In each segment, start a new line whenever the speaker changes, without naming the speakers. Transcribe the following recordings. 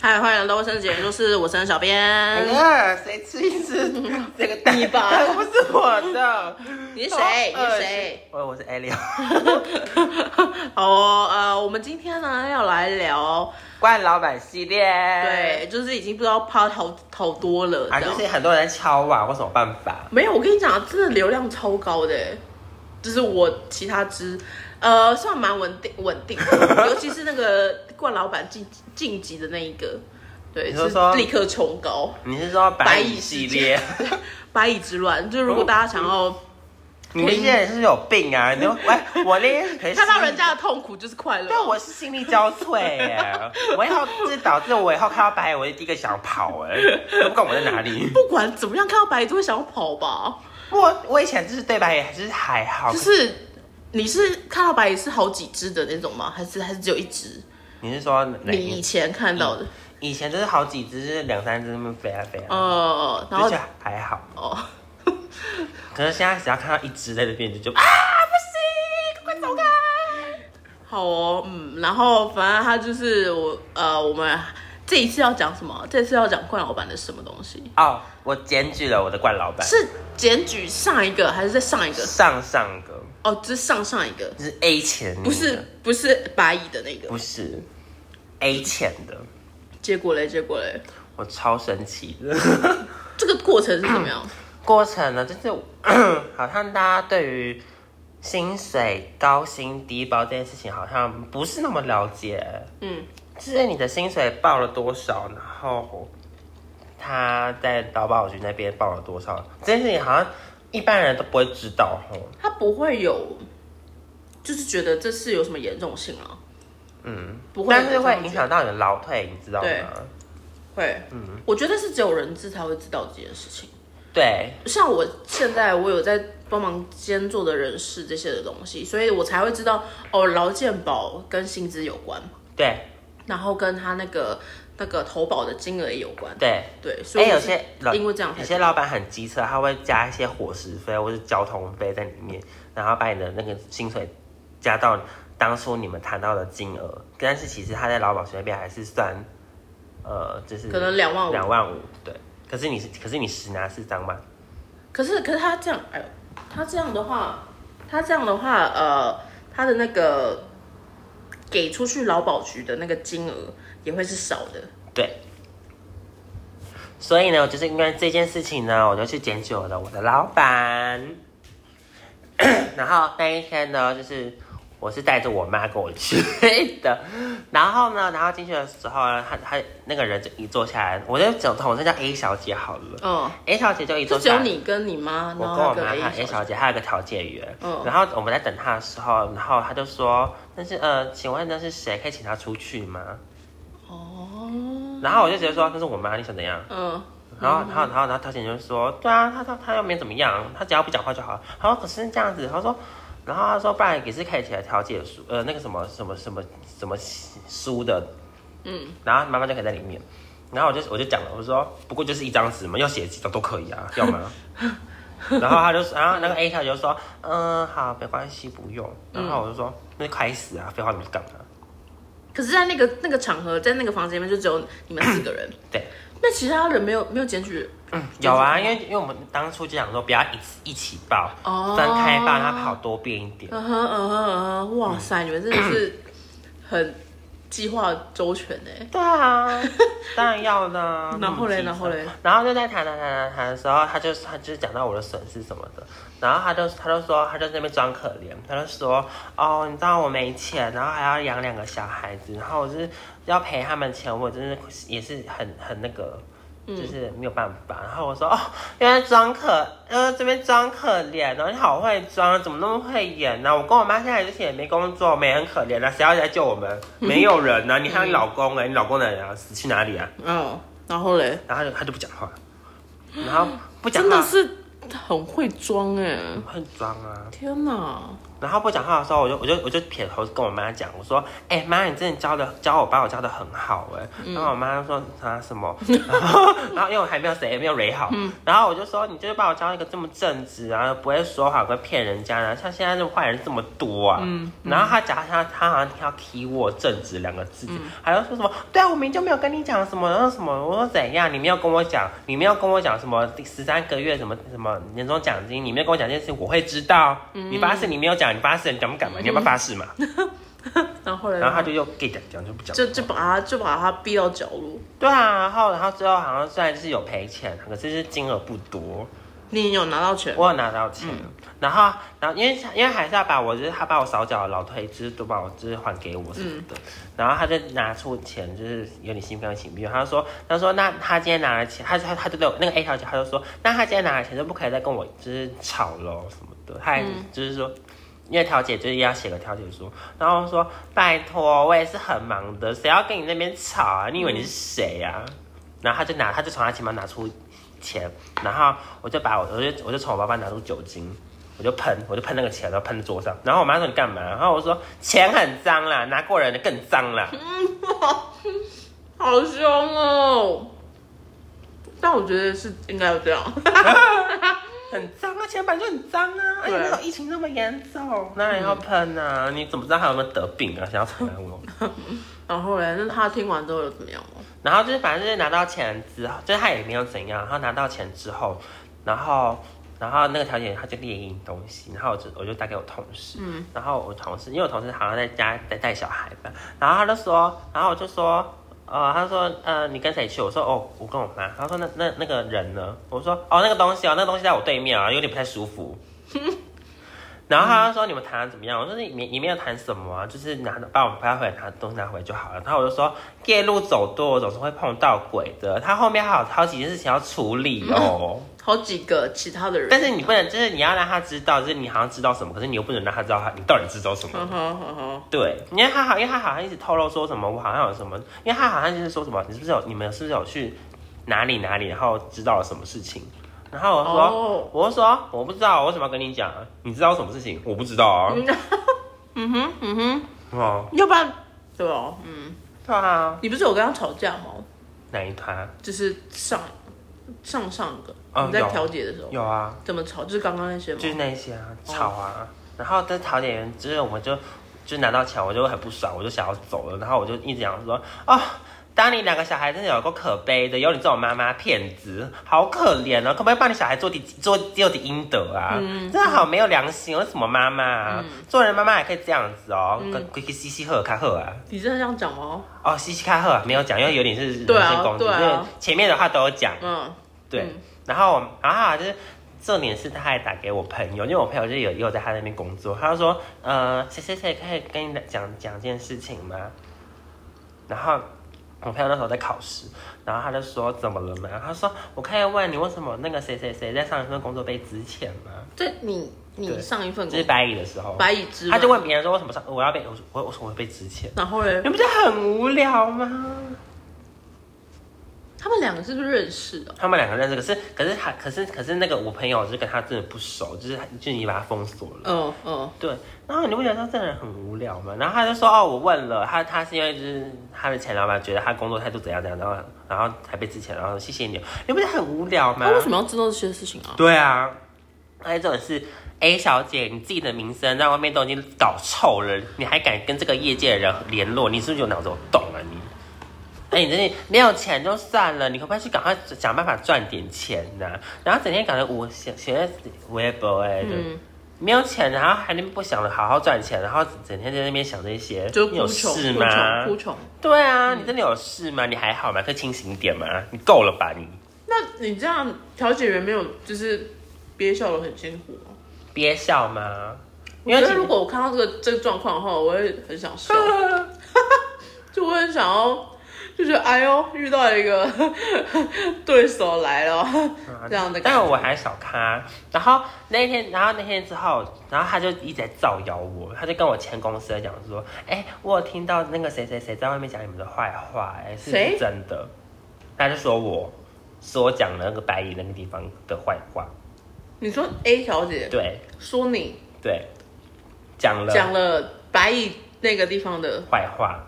嗨，欢迎来到卫生节，就是我是小
哎
编。
呀，谁吃一次这个蛋？
嗯你吧
不是我的。
你是谁
好恶
你
心
是谁？
我我是 e l i
好哦，呃，我们今天呢要来聊，
关老板系列。
对，就是已经不知道趴好好多了，
啊，
这
就
样
是很多人敲碗，我有什么办法？
没有，我跟你讲，真的流量超高的，就是我其他支，呃，算蛮稳定稳定 的，尤其是那个冠老板晋晋级的那一个，对，
你说
是
说
立刻冲高。
你是说白
蚁
蚁系列？哦
世界， 白蚁之乱，就是如果大家想要
你那些人是不是有病啊！你就喂，我呢，可 是
看到人，家的痛苦，就是快乐。
但我是心力交瘁耶。 我以后这导致我以后看到白蚁，我就第一个想跑 哎，都不管我在哪里。
不管怎么样，看到白蚁都会想要跑吧。
我我以前就是对白蚁还是还好，
就
可是
是你是看到白蚁是好几只的那种吗？还是还是只有一只？
你是说哪
你以前看到的，
以前就是好几只，就是两三只那么飞啊飞啊，
呃，然
就
后
觉得还好。
哦，
可是现在只要看到一只在这边，你就啊不行，快走开！
好哦，嗯，然后反正他就是我，呃，我们这一次要讲什么？这次要讲冠老板的什么东西？
哦，我检举了我的冠老板，
是检举上一个还是在上一个？
上上个，
哦，这是上上一个，
就是 A 钱，
不是
嗯
不是白蚁的那个
不。是 A 钱的，
结果嘞，结果嘞，
我超生气的。
这个过程是怎么样？
过程呢，就是 好像大家对于薪水高薪低报这件事情好像不是那么了解，
嗯，
就是你的薪水报了多少，然后他在劳保局那边报了多少，这件事情好像一般人都不会知道哦吼。
他不会有，就是觉得这事有什么严重性啊？
嗯，
不会
但是会影响到你的劳退，你知道
对
吗？
会，嗯，我觉得是只有人质才会知道这件事情。
对，
像我现在，我有在帮忙兼做的人事这些的东西，所以我才会知道哦，劳健保跟薪资有关，
对，
然后跟他那个那个投保的金额也有关。
对。
对，所
哎、
以我
有
是
些老
因为这样才
有些老板很机车，他会加一些伙食费或是交通费在里面，然后把你的那个薪水加到当初你们谈到的金额，但是其实他在劳保局那边还是算，呃，就是
可能两万五
两万五，对。可是你是，可是你实拿是张嘛？
可是可是他这样，哎呦，他这样的话，他这样的话，呃，他的那个给出去劳保局的那个金额也会是少的。
对。所以呢，我就是因为这件事情呢，我就去检举我的我的老板。 然后那一天呢，就是我是带着我妈跟我去的。然后呢，然后进去的时候呢，他他那个人就一坐下来，我就总统称叫 A 小姐好了。
嗯，
A 小姐就一
就
坐
只
下
有
来，
你跟你妈，然
我
后
跟我
那个
妈还有
A
A
小
小
姐。
姐，还有个调解员。
嗯
然后我们在等她的时候，然后她就说：“那是呃，请问那是谁？可以请她出去吗
哦，？”
然后我就直接说：“那是我妈，你想怎样？”
嗯，
然后，然后，然后，然后，他姐就说：“对啊，他他他又没怎么样，他只要不讲话就好。”他说：“可是这样子。”他说，然后他说：“不然也是可以起来调解书，呃，那个什么什么什么什么书的，
嗯，
然后妈妈就可以在里面。”然后我就我就讲了，我说：“不过就是一张纸嘛，要写几张都可以啊，要吗？”然后他就，然后那个 A 小姐就说：“嗯，好，没关系，不用。”然后我就说：“那就开始啊，废话你们干嘛
可是，在那个那个场合，在那个房间里面，就只有你们四个 人。？”
对，
那其他人没有没有检举
有啊，因为因为我们当初就想说不要一起一起报，
哦
分开报，让它跑多变一点。
嗯哼嗯哼嗯哼，哇塞，你们真的是很计划周全哎。
对啊，当然要啦。
然后嘞
那么
然后嘞
计较，然后就在谈谈谈谈谈的时候，他就他就讲到我的损失什么的，然后他就他就说他就在那边装可怜，他就说哦，你知道我没钱，然后还要养两个小孩子，然后我就是要赔他们钱，我真的也是很很那个。
嗯
就是没有办法，然后我说哦，原来装可，呃，这边装可怜哦，你好会装，怎么那么会演啊呢、我跟我妈现在就是也没工作，我们也很可怜啊，谁要来救我 们？没有人呢、你还有你老公哎、你老公哪里啊？死去哪里啊？
嗯，然后嘞，
然后他就他就不讲话，然后不讲
真的
话
是很会装哎。
很装啊，
天哪！
然后不讲话的时候，我就我就我就撇头跟我妈讲，我说：“哎、妈，你真的教的教我把我教的很好哎、然后我妈就说：“啊什么？”然后然后因为我还没有谁也没有蕊好，然后我就说：“你就是把我教一个这么正直，然后不会说谎，不会骗人家，然后像现在这种坏人这么多啊。
嗯
然后他讲他他好像听到 “key 我正直”两个
嗯
字，还要说什么？对啊，我明明就没有跟你讲什么，然后什么？我说怎样？你没有跟我讲，你没有跟我讲什么第十三个月什么什么年终奖金，你没有跟我讲这件事，我会知道。
嗯
你发誓你没有讲，你发誓你敢不敢嘛？你要不要发誓嘛？
然后后来
然后他就又 get 讲就不讲。
嗯就就把他就把他逼到角落。
对啊，然后然后最后好像虽然是有赔钱，可是是金额不多。
你有拿到钱？
我有拿到钱，然后，然后因为因为还是要把我就是他把我扫脚的老推就是都把我就是还给我什么的，然后他就拿出钱，就是有点心不甘情不愿，他就说他说那他今天拿了钱，他他他就对我那个 A 小姐，他就说那他今天拿了钱就不可以再跟我就是吵咯什么的，他还就是说。因为调解就是要写个调解书，然后说拜托，我也是很忙的，谁要跟你那边吵啊？你以为你是谁呀、啊？然后他就拿，他就从他钱包拿出钱，然后我就把我我就我就从我包包拿出酒精，我就喷，我就喷那个钱，然后喷桌上。然后我妈说你干嘛？然后我说钱很脏啦，拿过人的更脏啦。
好凶哦！但我觉得是应该要这样。
很脏啊，钱本来就很脏啊，而且
对
那时候疫情那么严重，当然要喷啊！你怎么知道他有没有得病啊？想要传染我？
然后嘞，那他听完之后又怎么样吗？
然后就是反正就是拿到钱之后，就是他也没有怎样，然后拿到钱之后，然后然后那个调解员他就列印东西，然后我就我就打给我同事，嗯，然后我同事因为我同事好像在家在带小孩吧，然后他就说，然后我就说。呃，他说，呃，你跟谁去？我说，哦，我跟我妈。他说，那那那个人呢？我说，哦，那个东西哦，那个东西在我对面啊，有点不太舒服。然后他就说你们谈的怎么样？我说你没你没有谈什么啊，就是拿把我们拍回来拿东西拿回来就好了。然后我就说夜路走多总是会碰到鬼的，他后面还有好几件事情要处理哦。
好几个其他的人，
但是你不能，就是你要让他知道，就是你好像知道什么，可是你又不能让他知道他你到底知道什么。
好好好好，
对，因为他好，因为他好像一直透露说什么，我好像有什么，因为他好像就是说什么，你是不是有你们是不是有去哪里哪里，然后知道了什么事情？然后我就说
哦
我就说我不知道，我为什么要跟你讲啊？你知道什么事情？我不知道啊。
嗯哼嗯哼，
哦，
要不然对哦，嗯，
对啊，
你不是有跟他吵架吗？
哪一团？
就是上上上个
哦
你在
有
调解的时候
有啊，
怎么吵？就是刚刚那些吗
就？是那些啊，吵啊。然后但讨演员就是我们就就拿到钱，我就很不爽，我就想要走了。然后我就一直想说，哦，当你两个小孩真的有够可悲的，有你这种妈妈骗子，好可怜哦，可不可以帮你小孩做点做做点应得啊？
嗯
真的好没有良心，为什么妈妈、啊做人妈妈也可以这样子哦？
嗯
跟跟嘻嘻呵卡呵啊。
你真的这样讲吗？
哦，嘻嘻哈呵没有讲，因为有点是人
对啊
身攻击，
对啊
因为前面的话都有讲，
嗯，
对，
嗯
然后我啊，就是重点是他还打给我朋友，因为我朋友就有也有在他那边工作，他就说呃谁谁谁可以跟你讲讲件事情吗？然后我朋友那时候在考试，然后他就说怎么了嘛？他说我可以问你为什么那个谁谁谁在上一份工作被辞遣吗？
对你你
对
上一份
就是
工
白蚁的时候，
嗯白蚁之
他就
乱
问别人说为什么上我要被我我我为什么会被辞遣？
然后嘞
你，不觉得很无聊吗？
他们两个是不是认识的？
他们两个认识，可是可是他可是可是那个我朋友就跟他真的不熟，就是就是你把他封锁了。
嗯嗯，
对，然后你不觉得他这个人很无聊吗？然后他就说哦，我问了他，他是因为就是他的前老板觉得他工作态度怎样怎样，然后然后才被之前，然后谢谢你，你不觉得很无聊吗
他？为什么要知道这些事情啊？
对啊，而且这种是 A 小姐，你自己的名声在外面都已经搞臭了，你还敢跟这个业界的人联络？你是不是有脑子有洞啊你？哎、你真的没有钱就算了，你可不可以去赶快想办法赚点钱呐、然后整天搞得我学学微博哎，就
嗯
没有钱，然后还那边不想好好赚钱，然后整天在那边想这些，
就
你
哭
有
穷
事
哭
吗
穷？哭穷。
对啊，你真的有事吗？你还好吗？可以清醒一点吗？你够了吧你？
那你这样调解员没有就是憋笑的很辛苦吗？
憋笑吗？
因
其
为
实
如果我看到这个这个状况的话，我会很想笑， 就我很想要，就是哎呦，遇到一个 对手来了这样的感
啊但
觉。
我还少咖。然后那天，然后那天之后，然后他就一直在造谣我，他就跟我前公司的讲说，哎、我有听到那个谁谁谁在外面讲你们的坏话、哎，是不
谁
是真的？他就说我是我讲了那个白蚁那个地方的坏话，
你说 A 小姐
对
说你，
对，讲了
讲了白蚁那个地方的，
坏话，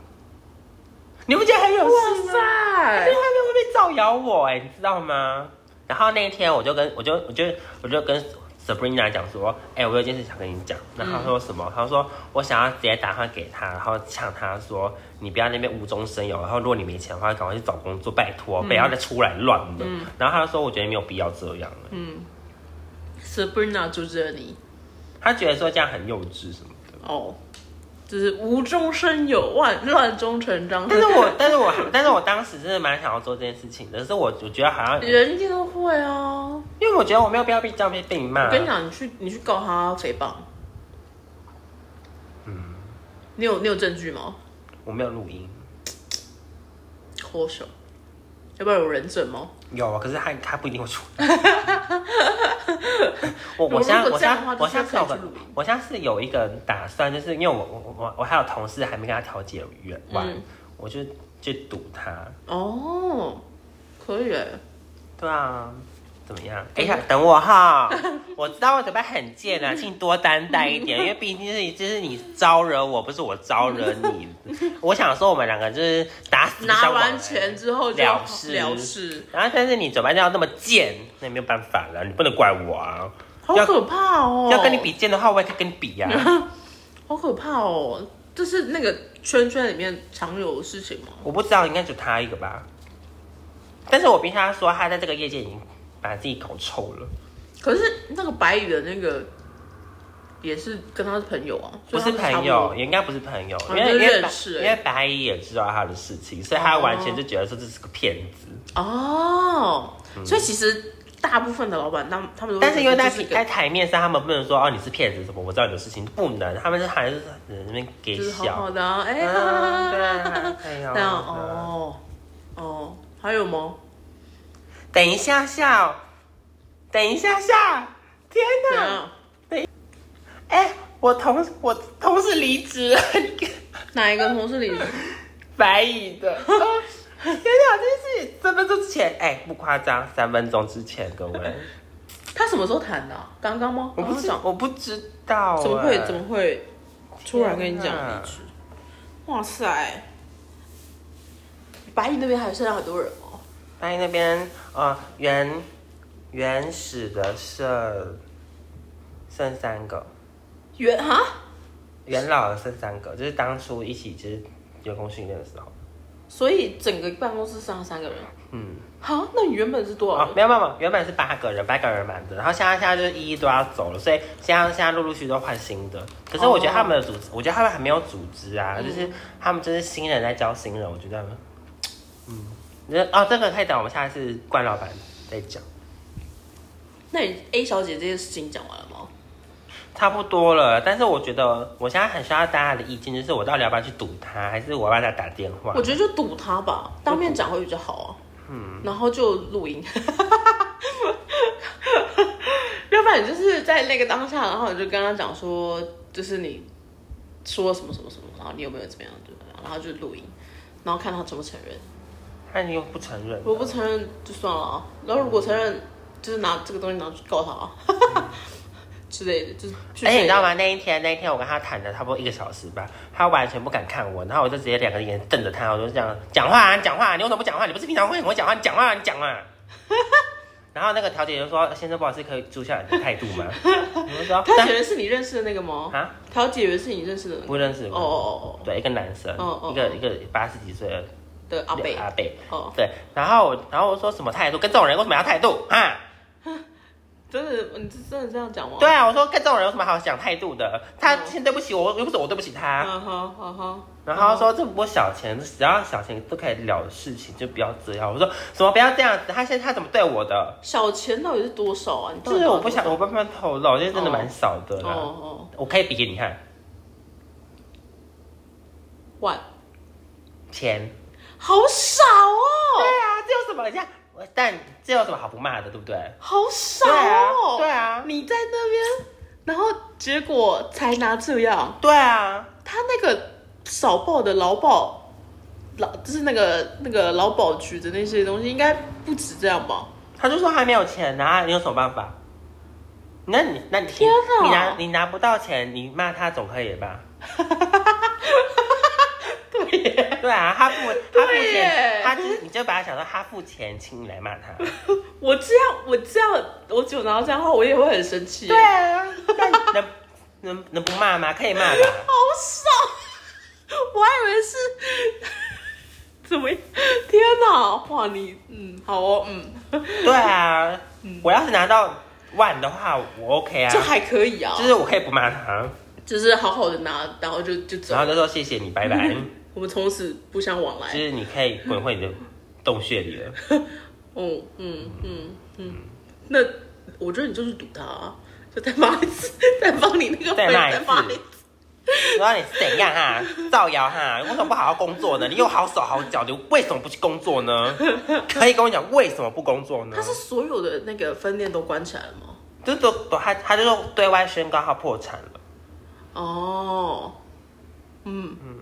你不觉得很有
哇
事吗？因为
塞，
他们会被造谣我哎、你知道吗？然后那一天我就跟我就我就我就跟 Sabrina 讲说，哎、我有一件事想跟你讲。然后他说什么？他说我想要直接打电话给他，然后呛他说，你不要那边无中生有，然后如果你没钱的话，赶快去找工作，拜托，不要再出来乱了。然后他就说，我觉得没有必要这样、欸
嗯，Sabrina 阻止了你
他觉得说这样很幼稚什么的。
哦，就是无中生有，乱乱中成章。
但是我但是我但是我当时真的蛮想要做这件事情的，可是我我觉得好像，
人一定都会啊！
因为我觉得我没有必要被这样被被骂。
我跟你讲，你去你去告他诽谤，
嗯
你有你有证据吗？
我没有录音。
抠手，要不然有人证吗？
有啊，可是他他不一定会出 来。我
如
我现在
果这
我现
样的
在
话
我
就
现在
是
是
要
有
可以
个
去录音
我现在是有一个打算，就是因为我我我我还有同事还没跟他调解员完，
嗯
我就就堵他。
哦，可以耶，
对啊，怎么样？哎、呀，等我哈， 我知道我嘴巴很贱啊，请多担待一 点，因为毕竟是就是你招惹我，不是我招惹 你。我想说我们两个就是打死不
拿
相往
完
来
钱之后就
了事
了事，
然后，但是你嘴巴这样那么贱，那也没有办法了，你不能怪我啊。
好
要
可怕哦！
要跟你比，剑的话，我也可以跟你比呀、
好可怕哦！这是那个圈圈里面常有的事情吗？
我不知道，应该就他一个吧。但是我必须要说，他在这个业界已经把自己搞臭了。
可是那个白宇的那个也是跟他是朋友啊，所
不
以他
是
们差
朋
多哦
友，也应该不是朋友，
就
因为
是
因为
认识而已
因为白蚁也知道他的事情，所以他完全就觉得说这是个骗子。
哦。
嗯
所以其实大部分的老板，他们他们都会
但是因为哎在
就是一个
在台面上，他们不能说哦你是骗子什么，我知道你的事情，不能，他们是还是在那边给
就是好
笑
好。的啊，哎、
嗯对
哈哈哈
啊
哈，
哎
这样
呦，
哦哦，还有吗？
嗯等一下笑，等一下笑，天
怎
哪！
样？
哎，我同我同事离职了，你看
哪一个同事里？
白蚁 的。哦天哪，真是三分钟之前，哎，不夸张，三分钟之前，各位。
他什么时候谈的啊、刚刚吗？
我不
刚
知
刚讲
我不知道、欸，
怎么会怎么会突然跟你讲
天哪
离职？哇塞！白宇那边还剩下很多人哦。
大英那边呃原原始的剩剩三个，
原哈，
元老的剩三个，就是当初一起就是员工训练的时候，
所以整个办公室剩下三个人。
嗯，
哈，那你原本是多少
哦，
人？
没有没有没有，原本是八个人，八个人满的，然后现在现在就是一一都要走了，所以现在现在陆陆续续都换新的。可是我觉得他们的组
哦
织，我觉得他们还没有组织啊，
嗯
就是他们就是新人在教新人，我觉得他们，嗯，觉得哦，这个可以等我们下次冠老板再讲。
那你 A 小姐这件事情讲完了吗？
差不多了，但是我觉得我现在很需要大家的意见，就是我到底要不要去堵他，还是我要不要给他打电话
我？觉得就堵他吧，当面讲会比较好啊。嗯，然后就录音， 要不然你就是在那个当下，然后你就跟他讲说，就是你说什么什么什么，然后你有没有怎么样怎么样，然后就录音，然后看他承不承认。
那你又不承认，
如果不承认就算了啊，然后如果承认，就是拿这个东西拿去告他啊， 之类的，就是。
而哎且你知道？吗？那一天，那一天我跟他谈了差不多一个小时吧，他完全不敢看我，然后我就直接两个眼瞪着他，我就这样讲话啊，你讲话啊，你为什么不讲话？你不是平常会很会讲话，你讲话啊，你 讲啊。然后那个调解员说：“先生，不好意思，可以注意一下你的态度 吗？”我就说
他觉得是你认识的那个：“吗？
啊，
调解员是你认识的那个？
不认识
哦
我。
哦哦哦
对，一个男生，
哦哦
一个一个八十几岁的
的阿贝
阿贝，
哦，
对，然后我然后我说什么态度？跟这种人为什么要态度啊？
真的，你真的这样讲吗？
对，啊，我说跟这种人有什么好讲态度的？
哦
他先对不起我，又不是我对不起他。
好啊好好好。
然后他说这不过小钱，只要小钱都可以了的事情，就不要这样。我说什么不要这样子？他现在他怎么对我的？
小钱到底是多少啊？你到
就
底
是
多少
我不想，我慢慢透露，就是真的蛮少的
哦
啦。
哦
我可以比给你看，
万，
钱。
好少
对
哦，
啊，这有什么？这样，但这有什么好不骂的，对不对？
好少
对啊，
哦。
对啊，
你在那边，然后结果才拿这样。
对啊，
他那个少报的劳保，劳就是那个那个劳保局的那些东西，应该不止这样吧？
他就说还没有钱啊，你有什么办法？那你那你
天哪
你拿你拿不到钱，你骂他总可以吧？
对耶，
对啊，他付他付
对耶
钱，他就是你就把他想说他付钱，请你来骂他。
我这样我这样我只有拿到这样的话，我也会很生气。
对，啊，那能能能不骂吗？可以骂吧？
好爽！我还以为是 怎么样？天哪！哇，你嗯，好哦，嗯，
对啊，我要是拿到万的话，我 OK 啊
这，还可以啊，
就是我可以不骂他，
就是好好的拿，然后就就走
然。后就说谢谢你，拜拜。
我们从此不相往
就
来。
是你可以滚回你的洞穴里了。
哦，嗯嗯嗯，那我觉得你就是赌他、啊，就再骂一次，再帮你那个
再
朋友
骂一
再
次嗯
骂一次。
然后你是怎样哈、造谣哈、为什么不好好工作呢？你又好手好脚，你为什么不去工作呢？可以跟我讲为什么不工作呢
他？是所有的那个分店都关起来了吗？
就都都他他就说对外宣告他破产了。
哦，嗯嗯，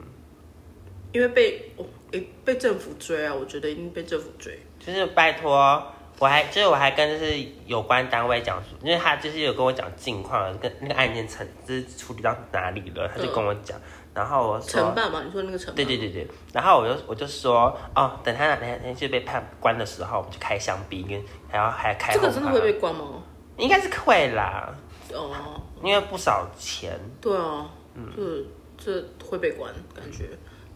因为被我、诶被政府追啊，我觉得一定被政府追。
就是拜托，我还就是我还跟就是有关单位讲说，因为他就是有跟我讲近况，跟那个案件成就是处理到哪里了，他就跟我讲，然后我说
承办嘛，你说那个承办？
对对对对，然后我就我就说哦，等他哪天哪天去被判关的时候，我们就开香槟跟还要还开
这个
红
真的
趴
会被关吗？
应该是会啦，
哦，
因为不少钱，
对啊，这这会被关，感觉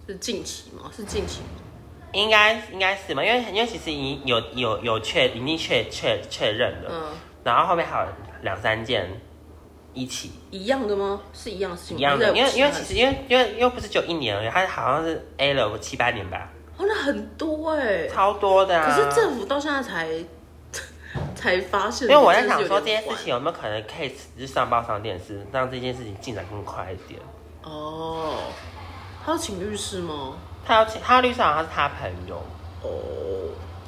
是近期吗？是近期吗？
应该应该是嘛，因为因为其实已经有有有确已经确确确认了，
嗯，
然后后面还有两三件一起
一样的吗？是一样的事情
一
吗，
样
还
的，
是
因为因为
还
其
是
实因为因为又不是只有一年而已，他好像是 A 了我七八年吧，
哦，那很多哎、
超多的、啊。
可是政府到现在才 才发现，
因为我在想说
真的
这件
是有点
事情有没有可能可以就是上报上电视，让这件事情进展更快一点。
晚哦，他要请律师吗？
他要请他的律师好像是他朋友，
哦，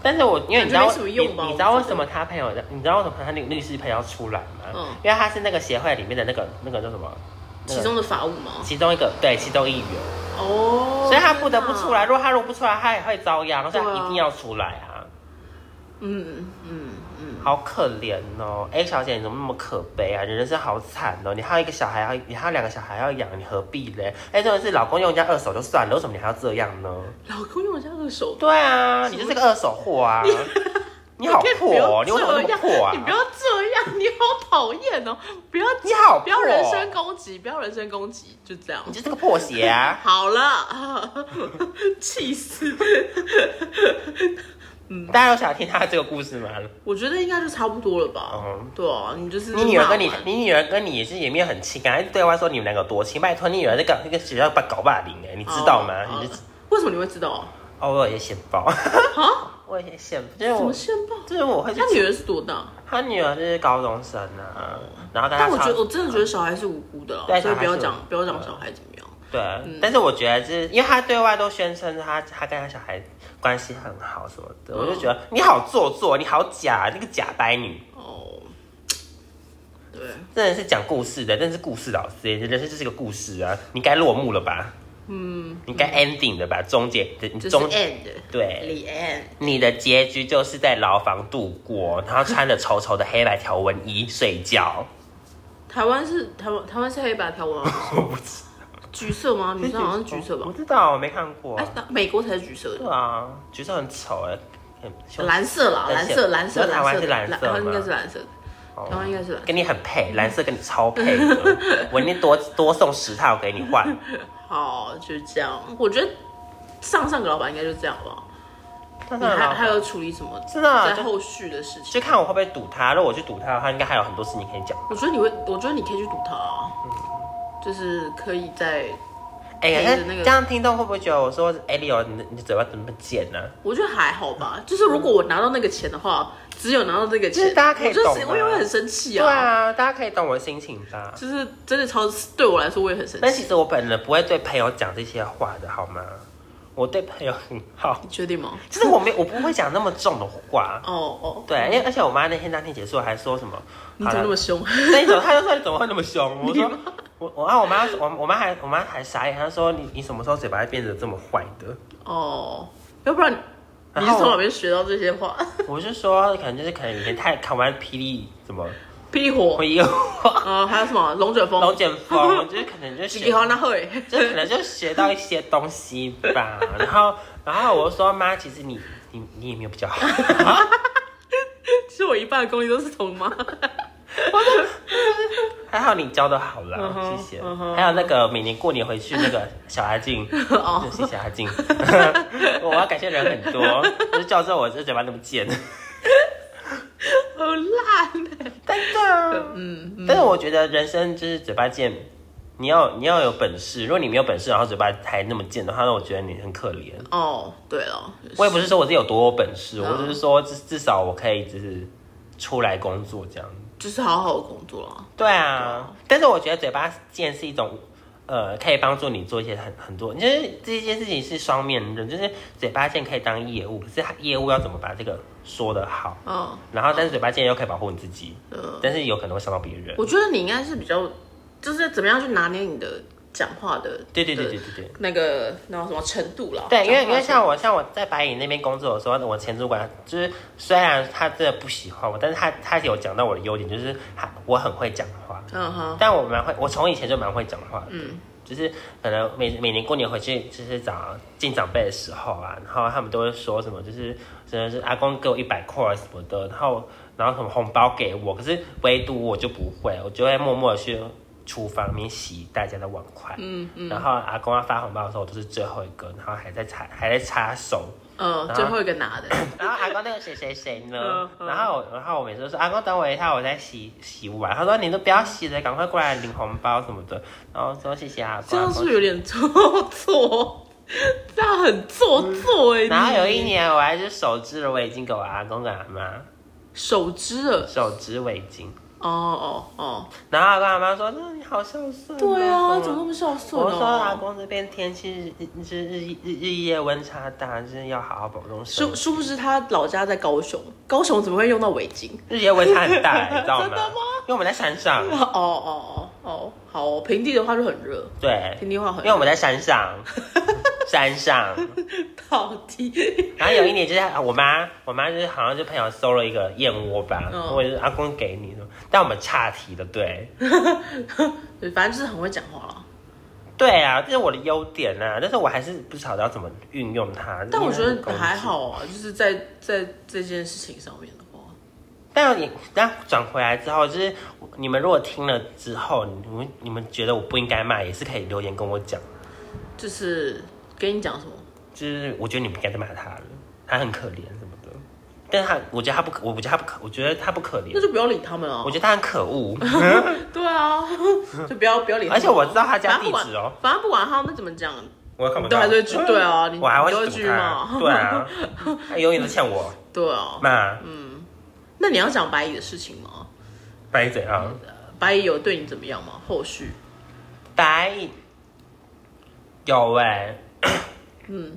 但是我因为你知道
感觉没什么用吧
你，你
我
知道
觉
为
得
什么他朋友，你知道为什么他那个律师朋友要出来吗？
嗯
因为他是那个协会里面的那个那个叫什么，那
其
个
中的法务吗？
其中一个对其中一员，
哦，
所以他不得不
天哪
出来。如果他如果不出来，他也会遭殃，所以他
对啊
一定要出来啊！
嗯嗯嗯，
好可怜哦，A 小姐你怎么那么可悲啊？你人生好惨哦，你还有一个小孩要，你还有两个小孩要养，你何必嘞？哎，真的是老公用人家二手就算了，为什么你还要这样呢？
老公用我家的手
对啊，你就是个二手货啊！ 你好
可以不
破
要
哦，你为什么那
这
么
样
破啊？
你不要这样，你好讨厌哦！不要
你好破
不要人身攻击，不要人身攻击，就这样
你。就是个破鞋啊！
好了， 气死！嗯
大家有想听他这个故 事吗？
我觉得应该就差不多了吧。
嗯，
对啊，你就是
你女儿跟你
骂完，
你女儿跟你也是也没有很亲啊，还对外说你们两个多亲。拜托，你女儿那个那个学校把搞霸凌哎、你知道吗？
哦
你
哦
就哦
为什么你会知道啊？
偶尔也显包，
啊？
我也显，就是
怎么
我
现报？
就是我会去
他，女儿是多大？
他女儿就是高中生啊，然后跟他
但我觉得
吵
我真的觉得小孩是无辜的啦，
对
所以
小
不
孩
要
是无
讲
辜
不要讲小孩怎么样。
对，
嗯
但是我觉得就是因为他对外都宣称他他跟他小孩关系很好什么
嗯
的，我就觉得你好做作，你好假，那个假白女。
哦，对，
真的是讲故事的，真的是故事老师，哎人生就是个故事啊！你该落幕了吧？嗯，你该 ending 了吧？终结，你
就是
终
end
对，
the end。
你的结局就是在牢房度过，然后穿着丑丑的黑白条纹衣睡觉。
台湾是台湾，台湾是黑白条纹 吗？
我不知
橘色吗？女生好像橘色吧
我？知道，我没看过。
哎，那美国才是橘色的，
对啊，橘色很丑哎，很凶
蓝色啦，蓝色，蓝色，
那台湾
蓝色
是蓝色吗
台湾应该是蓝色的，台湾应该是蓝色。
哦跟你很配，蓝色跟你超 配的。我一定多多送十套给你换。
好，就是这样。我觉得上上个老板应该就这样吧。
真
你
的
还还
吗，
有处理什么？
真的啊
在
就
后续的事情
就。看我会不会堵他。如果我去堵他的话，应该还有很多事情可以讲。
我觉得你会，我觉得你可以去堵他啊，
嗯
就是可以在。
哎、
陪
那
着那个
这样听众会不会觉得我说哎，理由你的你的嘴巴怎么那么贱呢、啊
我觉得还好吧，就是如果我拿到那个钱的话，只有拿到这个
就是
钱，
大家可以
我就
懂
是
啊
我也会很生气
对啊，大家可以懂我的心情吧。
就是真的超对我来说，我也很生
但
气。
其实我本人不会对朋友讲这些话的，好吗？我对朋友很好，
你确定吗？
就是我没我不会讲那么重的话。
哦哦，
对，因为而且我妈那天当天结束还说什么，
你怎么那么凶？
那种，她就说你怎么会那 么凶？我说我我啊，我妈我我妈还我妈还傻眼，她说你你什么时候嘴巴会变得这么坏 的？
哦，要不然你
然
是
后
从哪边学到这些话？
我就说可能就是可能以前太看完霹雳怎么
霹雳火
我，有
呃，还有什么龙卷风，
龙卷风，我觉得可能就
喜
学
喜欢那会，
就可能就学到一些东西吧。然后，然后我就说妈，其实你你你也没有比 较好。
其实我一半的功力 都是从 妈，
还好你教的好啦，
嗯哼
谢谢。
嗯哼
还有那个每年过年回去那个小阿 静，
哦
谢谢阿静， 我要感谢人很多，就是叫着我这嘴巴那么贱。
好烂欸
真的，
嗯，
但是我觉得人生就是嘴巴贱，你要你要有本事。如果你没有本事，然后嘴巴还那么贱的话，那我觉得你很可怜。
哦，对了，
我也不是说我自己有多有本事，
嗯
我只是说至至少我可以就是出来工作这样。
就是好好的工作了。
对啊，但是我觉得嘴巴贱是一种，呃，可以帮助你做一些很很多，就是这件事情是双面刃，就是嘴巴贱可以当业务，可是业务要怎么把这个说得好，
嗯，
然后但是嘴巴贱又可以保护你自己，
嗯
但是有可能会伤到别人。
我觉得你应该是比较，就是怎么样去拿捏你的讲话的，
对对对
的
对对对。
那个那什么程度了。
对，因为因为
讲
像
话
我像我在白影那边工作的时候，我前主管就是虽然他真的不喜欢我，但是他他有讲到我的优点，就是他我很会讲话，
程度，嗯哼，
但我蛮会，我从以前就蛮会讲话的，
嗯
就是可能每每年过年回去，就是找敬长辈的时候啊，然后他们都会说什么，就是真的是阿公给我一百块什么的，然后然后什么红包给我，可是唯独我就不会，我就会默默的去厨房里面洗大家的碗筷，
嗯嗯
然后阿公要发红包的时候，我都是最后一个，然后还在擦还在擦手，啊
嗯，最后一个拿的，
然后阿公那个谁谁谁呢
嗯？嗯
然后我然后我每次都说阿公等我一下，我在洗洗碗。他说你都不要洗了，赶快过来领红包什么的。然后我说谢谢阿
这
公。
样
阿
是
公
不是有点做作，这样很做作哎。
然后嗯有
你
一年我还是手织了围巾给我阿公跟阿妈，
手织了，
手织围巾。
哦哦哦，
然后阿公阿妈说：“那你好孝顺、哦。”
对
什
啊，怎么那么孝顺
我说啊阿
哦？
公这边天气日日日日日夜温差大，就是要好好保重身
殊
体。
殊不知他老家在高雄，高雄怎么会用到围巾？
日夜温差很大，你知道吗？
真的吗
因为我们在山上，
哦哦哦哦，好哦平地的话就很热，
对，
平地的话很
因
热
为我们在山上， 山上。
到底
然后有一年就是啊我妈，我妈就是好像就朋友收了一个燕窝吧，
嗯
或者是阿公给你的，但我们岔题了，对，
对反正就是很会讲话了。
对啊，这是我的优点啊，但是我还是不晓得要怎么运用它。
但我觉
因为它是工
得
具
还，好啊，就是在在这件事情上面的话，
但你但转回来之后，就是你们如果听了之后，你们你们觉得我不应该骂，也是可以留言跟我讲，
就是跟你讲什么，
就是我觉得你不应该再骂他了，他很可怜什么的，但是他我觉得他不可，我觉得他不可，我觉得他不可
那
怜，
就不要理他们啊
我。觉得他很可恶。
对啊， 就不要不要理他们啊。
而且我知道他家
反正不
地
管
址哦，
反正不管他们怎么讲，
我看不
都
到。嗯
还是会去。对啊，你
我还会
你都
堵
去
他
嘛。
对啊，他永远都 欠我
对啊，
妈
那你要讲白蚁的事情吗？
白嘴啊，
白蚁有对你怎么样吗？后续
白有哎、嗯，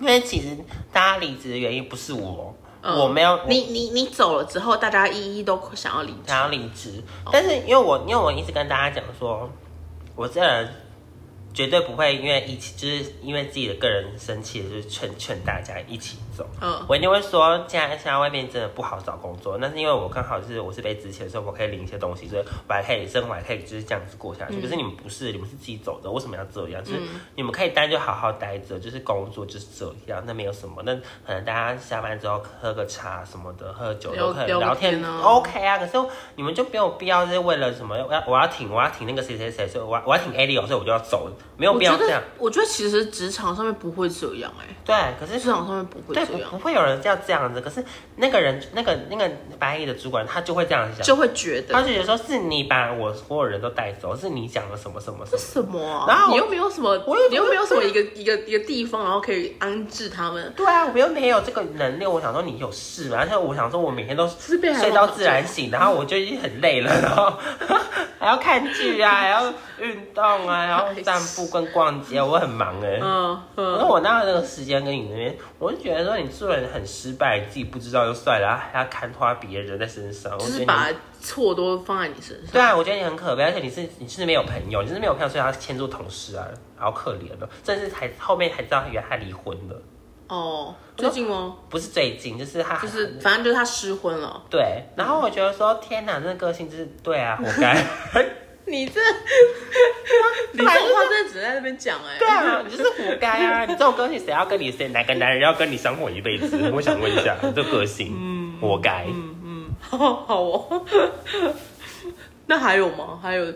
因为其实大家离职的原因不是我，
嗯
我没有我
你你你走了之后，大家一一都想要离职。
想要离职，
哦
但是因为我因为我一直跟大家讲说，我这人绝对不会因为一起就是因为自己的个人生气，就是劝劝大家一起走。
嗯
我一定会说，现在现在外面真的不好找工作，那是因为我刚好是我是被之前所以我可以领一些东西，所以我还可以生活，还可以就是这样子过下
嗯
去。可是你们不是，你们是自己走的，为什么要这样？就是你们可以待就好好待着，就是工作就是这样，那没有什么。那可能大家下班之后喝个茶什么的，喝个酒都可以
聊
聊
聊
天
天啊
OK 啊。可是你们就没有必要是为了什么，我要我要挺我要挺那个谁谁谁，所以我要我要挺 Ali，所以我就要走，没有
我
必要
觉
这样
得。我觉得其实职场上面不会这样哎、
对，可是
职场上面不会
对，
这
不
样，
不会有人要这样子。可是那个人，那个那个白衣的主管，他就会这样想，
就会觉
他
得
就觉得说是你把我所有人都带走，是你讲了什么什么什么。
什么、啊？
然后我
你又没有什么
我又，啊
你又没有什么一个一个一个地方，然后可以安置他们。
对啊，我又没有这个能力，我想说你有事吗？而且我想说，我每天都
是被海
睡到
王
自然醒，然后我就已经很累了， 然后还要看剧 啊，还要运动啊，然后散步跟逛街，我很忙哎、
嗯
可
嗯
是，我哪有那个时间跟你那边？我就觉得说你做人很失败，你自己不知道就算了，然后还要看花别人在身上，我
就
觉得
是
你
把错都放在你身上。
对啊，我觉得你很可悲，而且你是你是没有朋友，你是没有朋友，所以他迁就同事啊，好可怜哦。甚至才后面才知道，原来他离婚了。
哦，最近吗？
不是最近，就是他
就是反正就是他失婚了。
对。然后我觉得说，天哪，那个性就是对啊，活该。
你这， 你这种话真的只能在那边讲哎。
对啊，你就是活该啊！你这种个性，谁要跟你谁哪个男人要跟你相活一辈子？我想问一下，你这个性，嗯，活该。
好好哦。 那还有吗？还有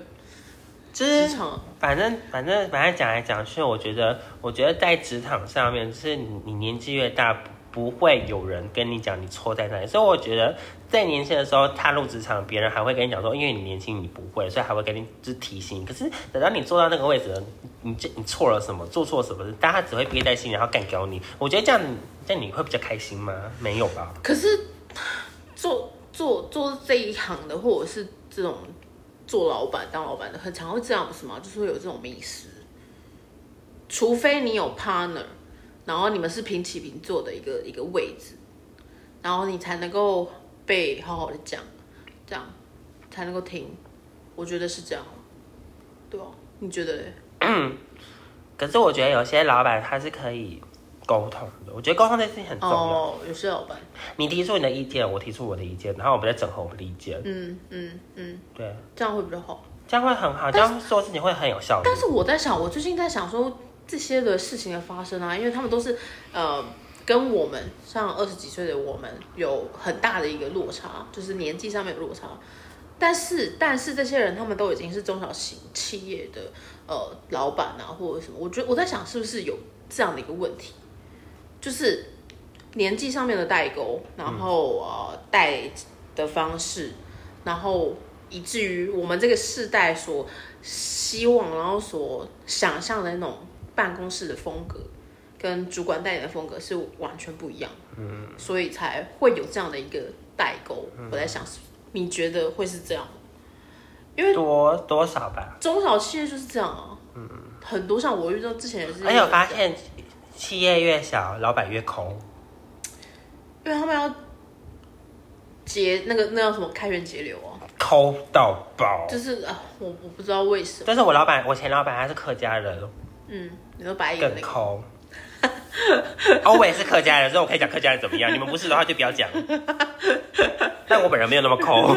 就
职
是
场
反正反正反正讲来讲去，我觉得我觉得在职场上面，就是你你年纪越大，不不会有人跟你讲你错在哪里。所以我觉得在年轻的时候踏入职场，别人还会跟你讲说，因为你年轻你不会，所以还会跟你就是提醒你。可是等到你坐到那个位置了，你这你错了什么，做错什么，大家只会憋在心里，然后干掉你。我觉得这样这样你会比较开心吗？没有吧？
可是做做做这一行的，或者是这种做老板当老板的，很常会这样，不是吗？就是会有这种迷失，除非你有 partner，然后你们是平起平坐的一个一个位置，然后你才能够被好好的讲，这样才能够听。我觉得是这样，对啊，你觉得嘞？
可是我觉得有些老板他是可以沟通的，我觉得沟通这件事情很重要。
哦，有些老板，
你提出你的意见，我提出我的意见，然后我们再整合我们的意见，
嗯嗯嗯，
对，
这样会比较好。
这样会很好，这样做事情会很有效率
但。是我在想，我最近在想说这些的事情的发生啊，因为他们都是呃跟我们像二十几岁的我们有很大的一个落差，就是年纪上面有落差。但是但是这些人他们都已经是中小型企业的呃老板啊或者什么，我觉得我在想是不是有这样的一个问题，就是年纪上面的代沟，然后呃带的方式，然后以至于我们这个世代所希望，然后所想象的那种办公室的风格，跟主管带领的风格是完全不一样。嗯，所以才会有这样的一个代沟。我在想，你觉得会是这样吗？因为
多多少吧？
中小企业就是这样啊。嗯，很多像我遇到之前也是，啊
而哎且我发，现，企业越小，老板越抠。
因为他们要节那个那叫什么开源节流啊，
抠到爆。
就是啊，我我不知道为什么，
但是我老板，我前老板他是客家人，
嗯，你说白眼
更
那个。
抠。 哦，我也是客家人，所以我可以讲客家人怎么样。你们不是的话就不要讲。 但我本人没有那么抠。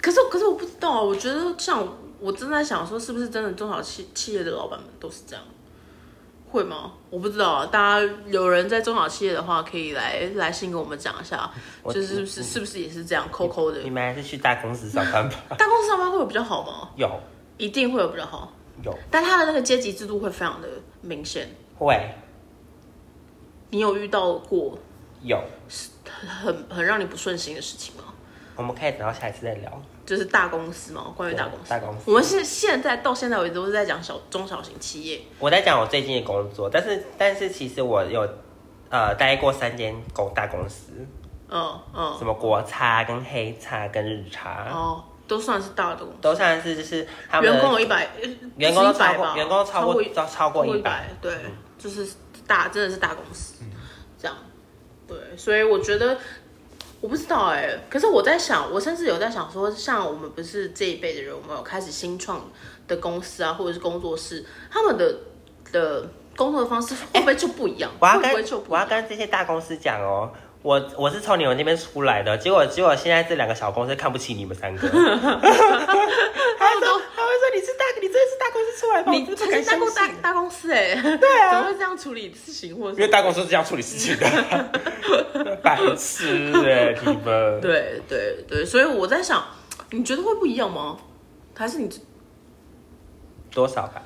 可是可是我不知道啊，我觉得像我正在想说，是不是真的中小企企业的老板们都是这样？会吗？我不知道啊，大家有人在中小企业的话，可以来来信跟我们讲一下，
我
就是是不是是不是也是这样抠抠的
你？们还是去大公司上班吧。
大公司上班会有比较好吗？
有
一定会有比较好，
有
但他的那个阶级制度会非常的明显。
会
你有遇到过
有，
很很让你不顺心的事情吗？
我们可以等到下一次再聊。
就是大公司吗？关于大公司，
大公司
我们现现在到现在为止都是在讲小中小型企业，
我在讲我最近的工作，但是但是其实我有呃待过三间公大公司，
嗯嗯，
什么国差、跟黑差、跟日差，
哦，都算是大的公司。
都算是就是他们
员
的
工有一百，呃
员工都超
100吧
过员工都超过超超过一
一
百，，嗯
对，就是大真的是大公司，这样，对，所以我觉得我不知道哎、可是我在想，我甚至有在想说，像我们不是这一辈的人，我们有开始新创的公司啊，或者是工作室，他们的的工作的方式会不会就不一样？
我要
会
跟
不会就不一
我要
样？
跟这些大公司讲哦。我我是从你们那边出来的，结果结果现在这两个小公司看不起你们三个，他 会说
他们都。
他会说你是大你真的是大公司出来的，
你
我真的
才
不敢
是大
相
公大。
信
大公司哎、对啊，怎么会这样处理事情或者
因为大公司是这样处理事情的， 白痴哎、你们。
对对对，所以我在想，你觉得会不一样吗？还是你这
多少吧？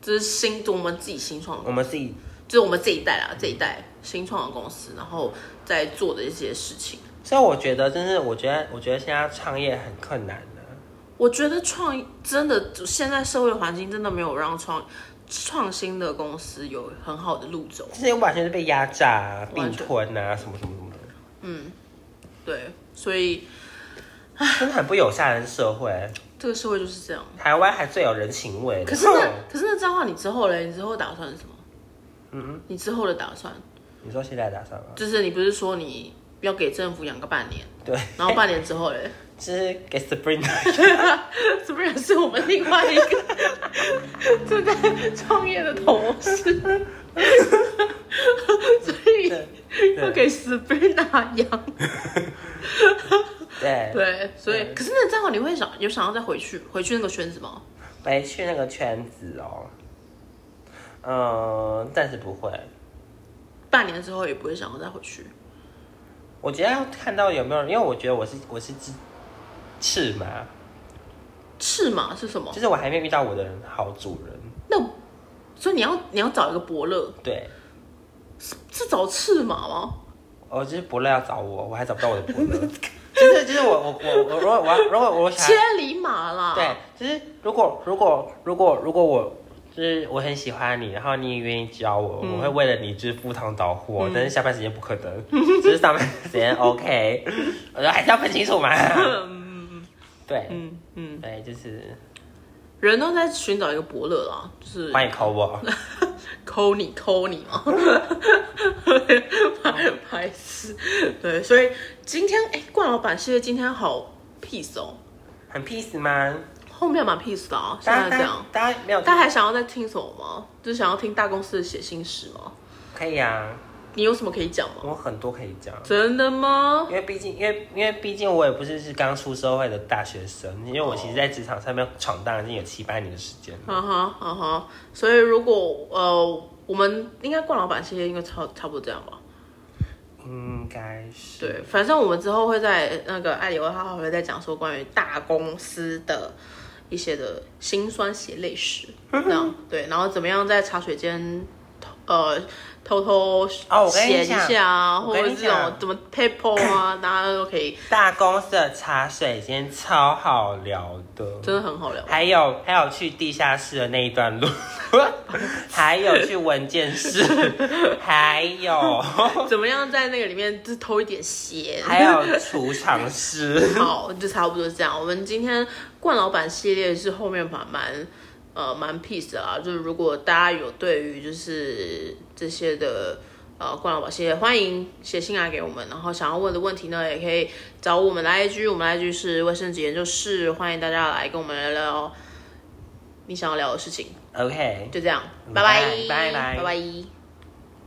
这是新我们自己新创的，
我们自己
就是我们这一代啦，这一代新创的公司，然后在做的一些事情。
所以我觉得，真是我觉得，我觉得现在创业很困难啊的、
我觉得创真的现在社会环境真的没有让创创新的公司有很好的路走，
这些完全是被压榨、啊、并
完全
吞啊，什么什么什么的，
对，所以
真的很不友善的社会。
这个社会就是这样。
台湾还最有人情味。
可是那嗯可是那这样的话，你之后嘞？你之后打算是什么？嗯，你之后的打算
你说现在打算吗？
就是你不是说你要给政府养个半年，
对，
然后半年之后嘞？
就是给 Sabrina
是不是是我们另外 一个 正在创业的同事？所以
对
要给死贝纳养。
对，
对，所以
对
可是那这样你会想有想要再回去回去那个圈子吗？
回去那个圈子哦，嗯，暂时不会。
半年之后也不会想要再回去。
我觉得要看到有没有人，因为我觉得我是我是只赤马，
赤马是什么
就？是我还没有遇到我的好主人。
那所以你要你要找一个伯乐，
对，
是找赤马吗？
我哦就是伯乐要找我，我还找不到我的伯乐。就是就是我我我我如果我要如果我想
千里马啦。
对，就是如果如果如果如果我就是我很喜欢你，然后你也愿意教我，我
嗯
会为了你就是赴汤蹈火，但是下班时间不可能，只是上班时间 OK，我 说还是要分清楚嘛。 对，
嗯嗯，
对，就是
人都在寻找一个伯乐啦，就是
欢迎考我，
抠你抠你嘛， 白白痴。对，所以今天哎，冠老板系列今天好 peace 哦，
很 peace 吗？
后面蛮 peace 的啊，现
大
在
家大
这
家
样。
大家没有
大家还想要再听什么吗？就是想要听大公司的写信史吗？
可以啊，
你有什么可以讲吗？
我很多可以讲。
真的吗？
因为毕竟，因为因为毕竟我也不是是刚出社会的大学生，因为我其实在职场上面闯荡已经有七八年的时间了。
哈啊哈哈哈。所以如果呃，我们应该冠老板系列应该差差不多这样吧？
应该是
对，反正我们之后会在那个艾里欧他还会再讲说关于大公司的一些的辛酸血泪史，
嗯
这样对，然后怎么样在茶水间偷呃偷偷
哦我跟你
闲一
讲
下啊，
我
或
跟
者
你
这种
讲
怎么 paper 啊，大家都可以，
大公司的茶水间超好聊的，
真的很好 聊。
还有还有去地下室的那一段 路，还有去文件室，还有
怎么样在那个里面就是偷一点闲？
还有储藏室，
好，就差不多是这样。我们今天冠老板系列是后面蛮蛮呃蛮 peace 的啦，就是如果大家有对于就是这些的。呃，冠老板系列欢迎写信来给我们，然后想要问的问题呢，也可以找我们的 IG，我们的 IG 是卫生纸研究室，欢迎大家来跟我们聊聊你想要聊的事情，
，OK。
就这样，拜
拜
拜
拜拜
拜拜。